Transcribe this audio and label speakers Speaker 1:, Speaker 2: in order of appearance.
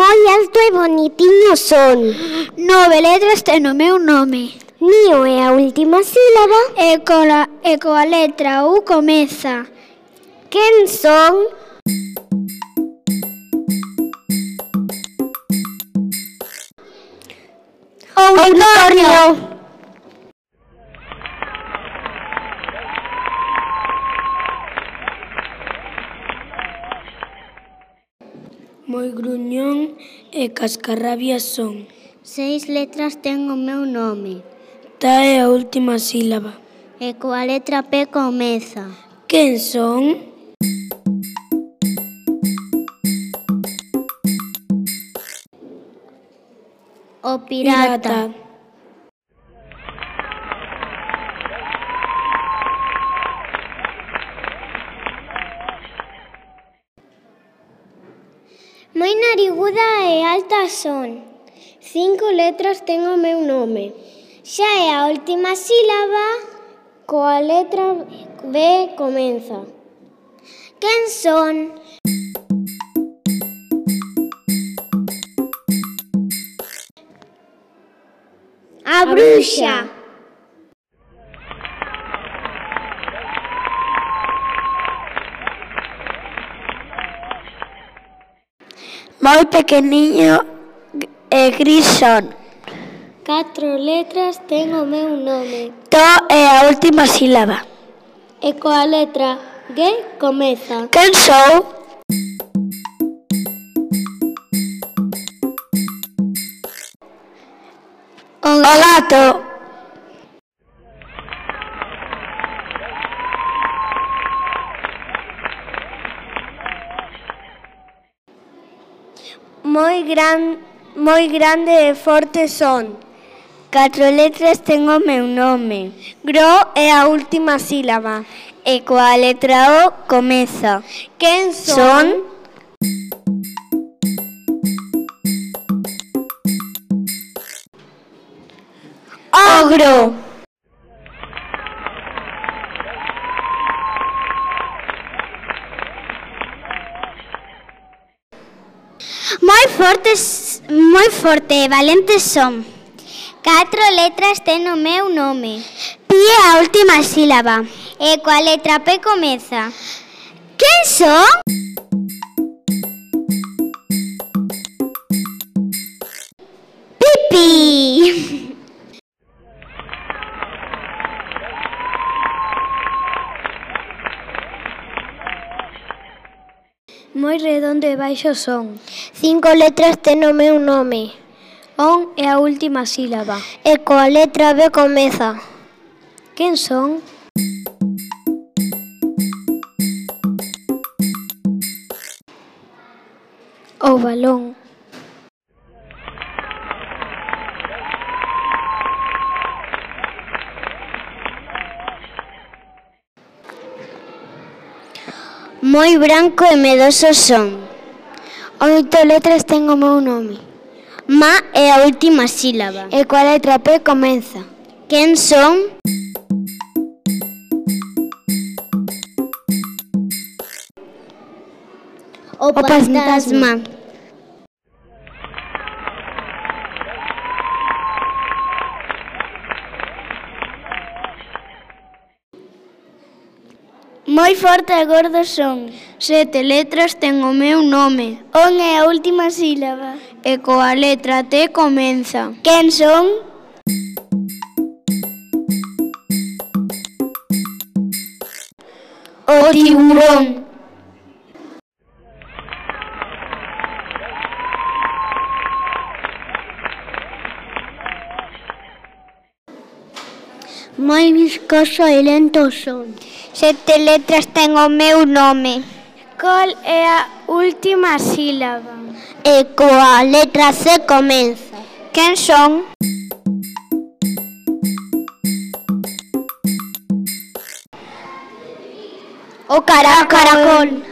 Speaker 1: Moi alto e bonitinho son.
Speaker 2: Nove letras ten o meu nome.
Speaker 1: Nio é a última sílaba
Speaker 2: e coa, e coa letra U comeza.
Speaker 1: Quen son?
Speaker 2: O unicornio.
Speaker 3: Moi gruñón e cascarrabias son.
Speaker 4: Seis letras ten o meu nome.
Speaker 3: Ta é a última sílaba.
Speaker 4: E coa letra P comeza.
Speaker 3: Quen son?
Speaker 4: O pirata. pirata.
Speaker 5: Moi nariguda e alta son. Cinco letras ten o meu nome. Xa é a última sílaba, coa letra B comeza.
Speaker 4: Quen son?
Speaker 5: A bruxa. A bruxa.
Speaker 6: moi pequeniño e gris son.
Speaker 5: Catro letras ten o meu nome.
Speaker 6: To é a última sílaba.
Speaker 5: E coa letra G comeza.
Speaker 6: Quen sou?
Speaker 2: O gato.
Speaker 7: moi gran, moi grande e forte son. Catro letras ten o meu nome. Gro é a última sílaba. E coa letra O comeza.
Speaker 4: Quen son? son?
Speaker 2: Ogro.
Speaker 8: Moi fortes, moi forte e valentes son.
Speaker 4: Catro letras ten o meu nome.
Speaker 8: Pie a última sílaba.
Speaker 4: E coa letra P comeza.
Speaker 8: Quen son? Pipi!
Speaker 3: Moi redondo e baixo son.
Speaker 5: Cinco letras ten o meu nome.
Speaker 3: On é a última sílaba.
Speaker 5: E coa letra B comeza.
Speaker 3: Quen son? O balón.
Speaker 8: Moi branco e medoso son.
Speaker 5: Oito letras ten o meu nome.
Speaker 8: Ma é a última sílaba.
Speaker 5: E coa letra P comeza.
Speaker 8: Quen son?
Speaker 5: O, o fantasma.
Speaker 7: Moi forte e gordo son.
Speaker 3: Sete letras ten o meu nome.
Speaker 7: On é a última sílaba.
Speaker 3: E coa letra T comenza.
Speaker 7: Quen son?
Speaker 3: O tiburón.
Speaker 5: Moi viscoso e lento son.
Speaker 8: Sete letras ten o meu nome.
Speaker 7: Col é a última sílaba.
Speaker 8: E coa letra C comeza.
Speaker 7: Quen son?
Speaker 8: O caracol. O caracol.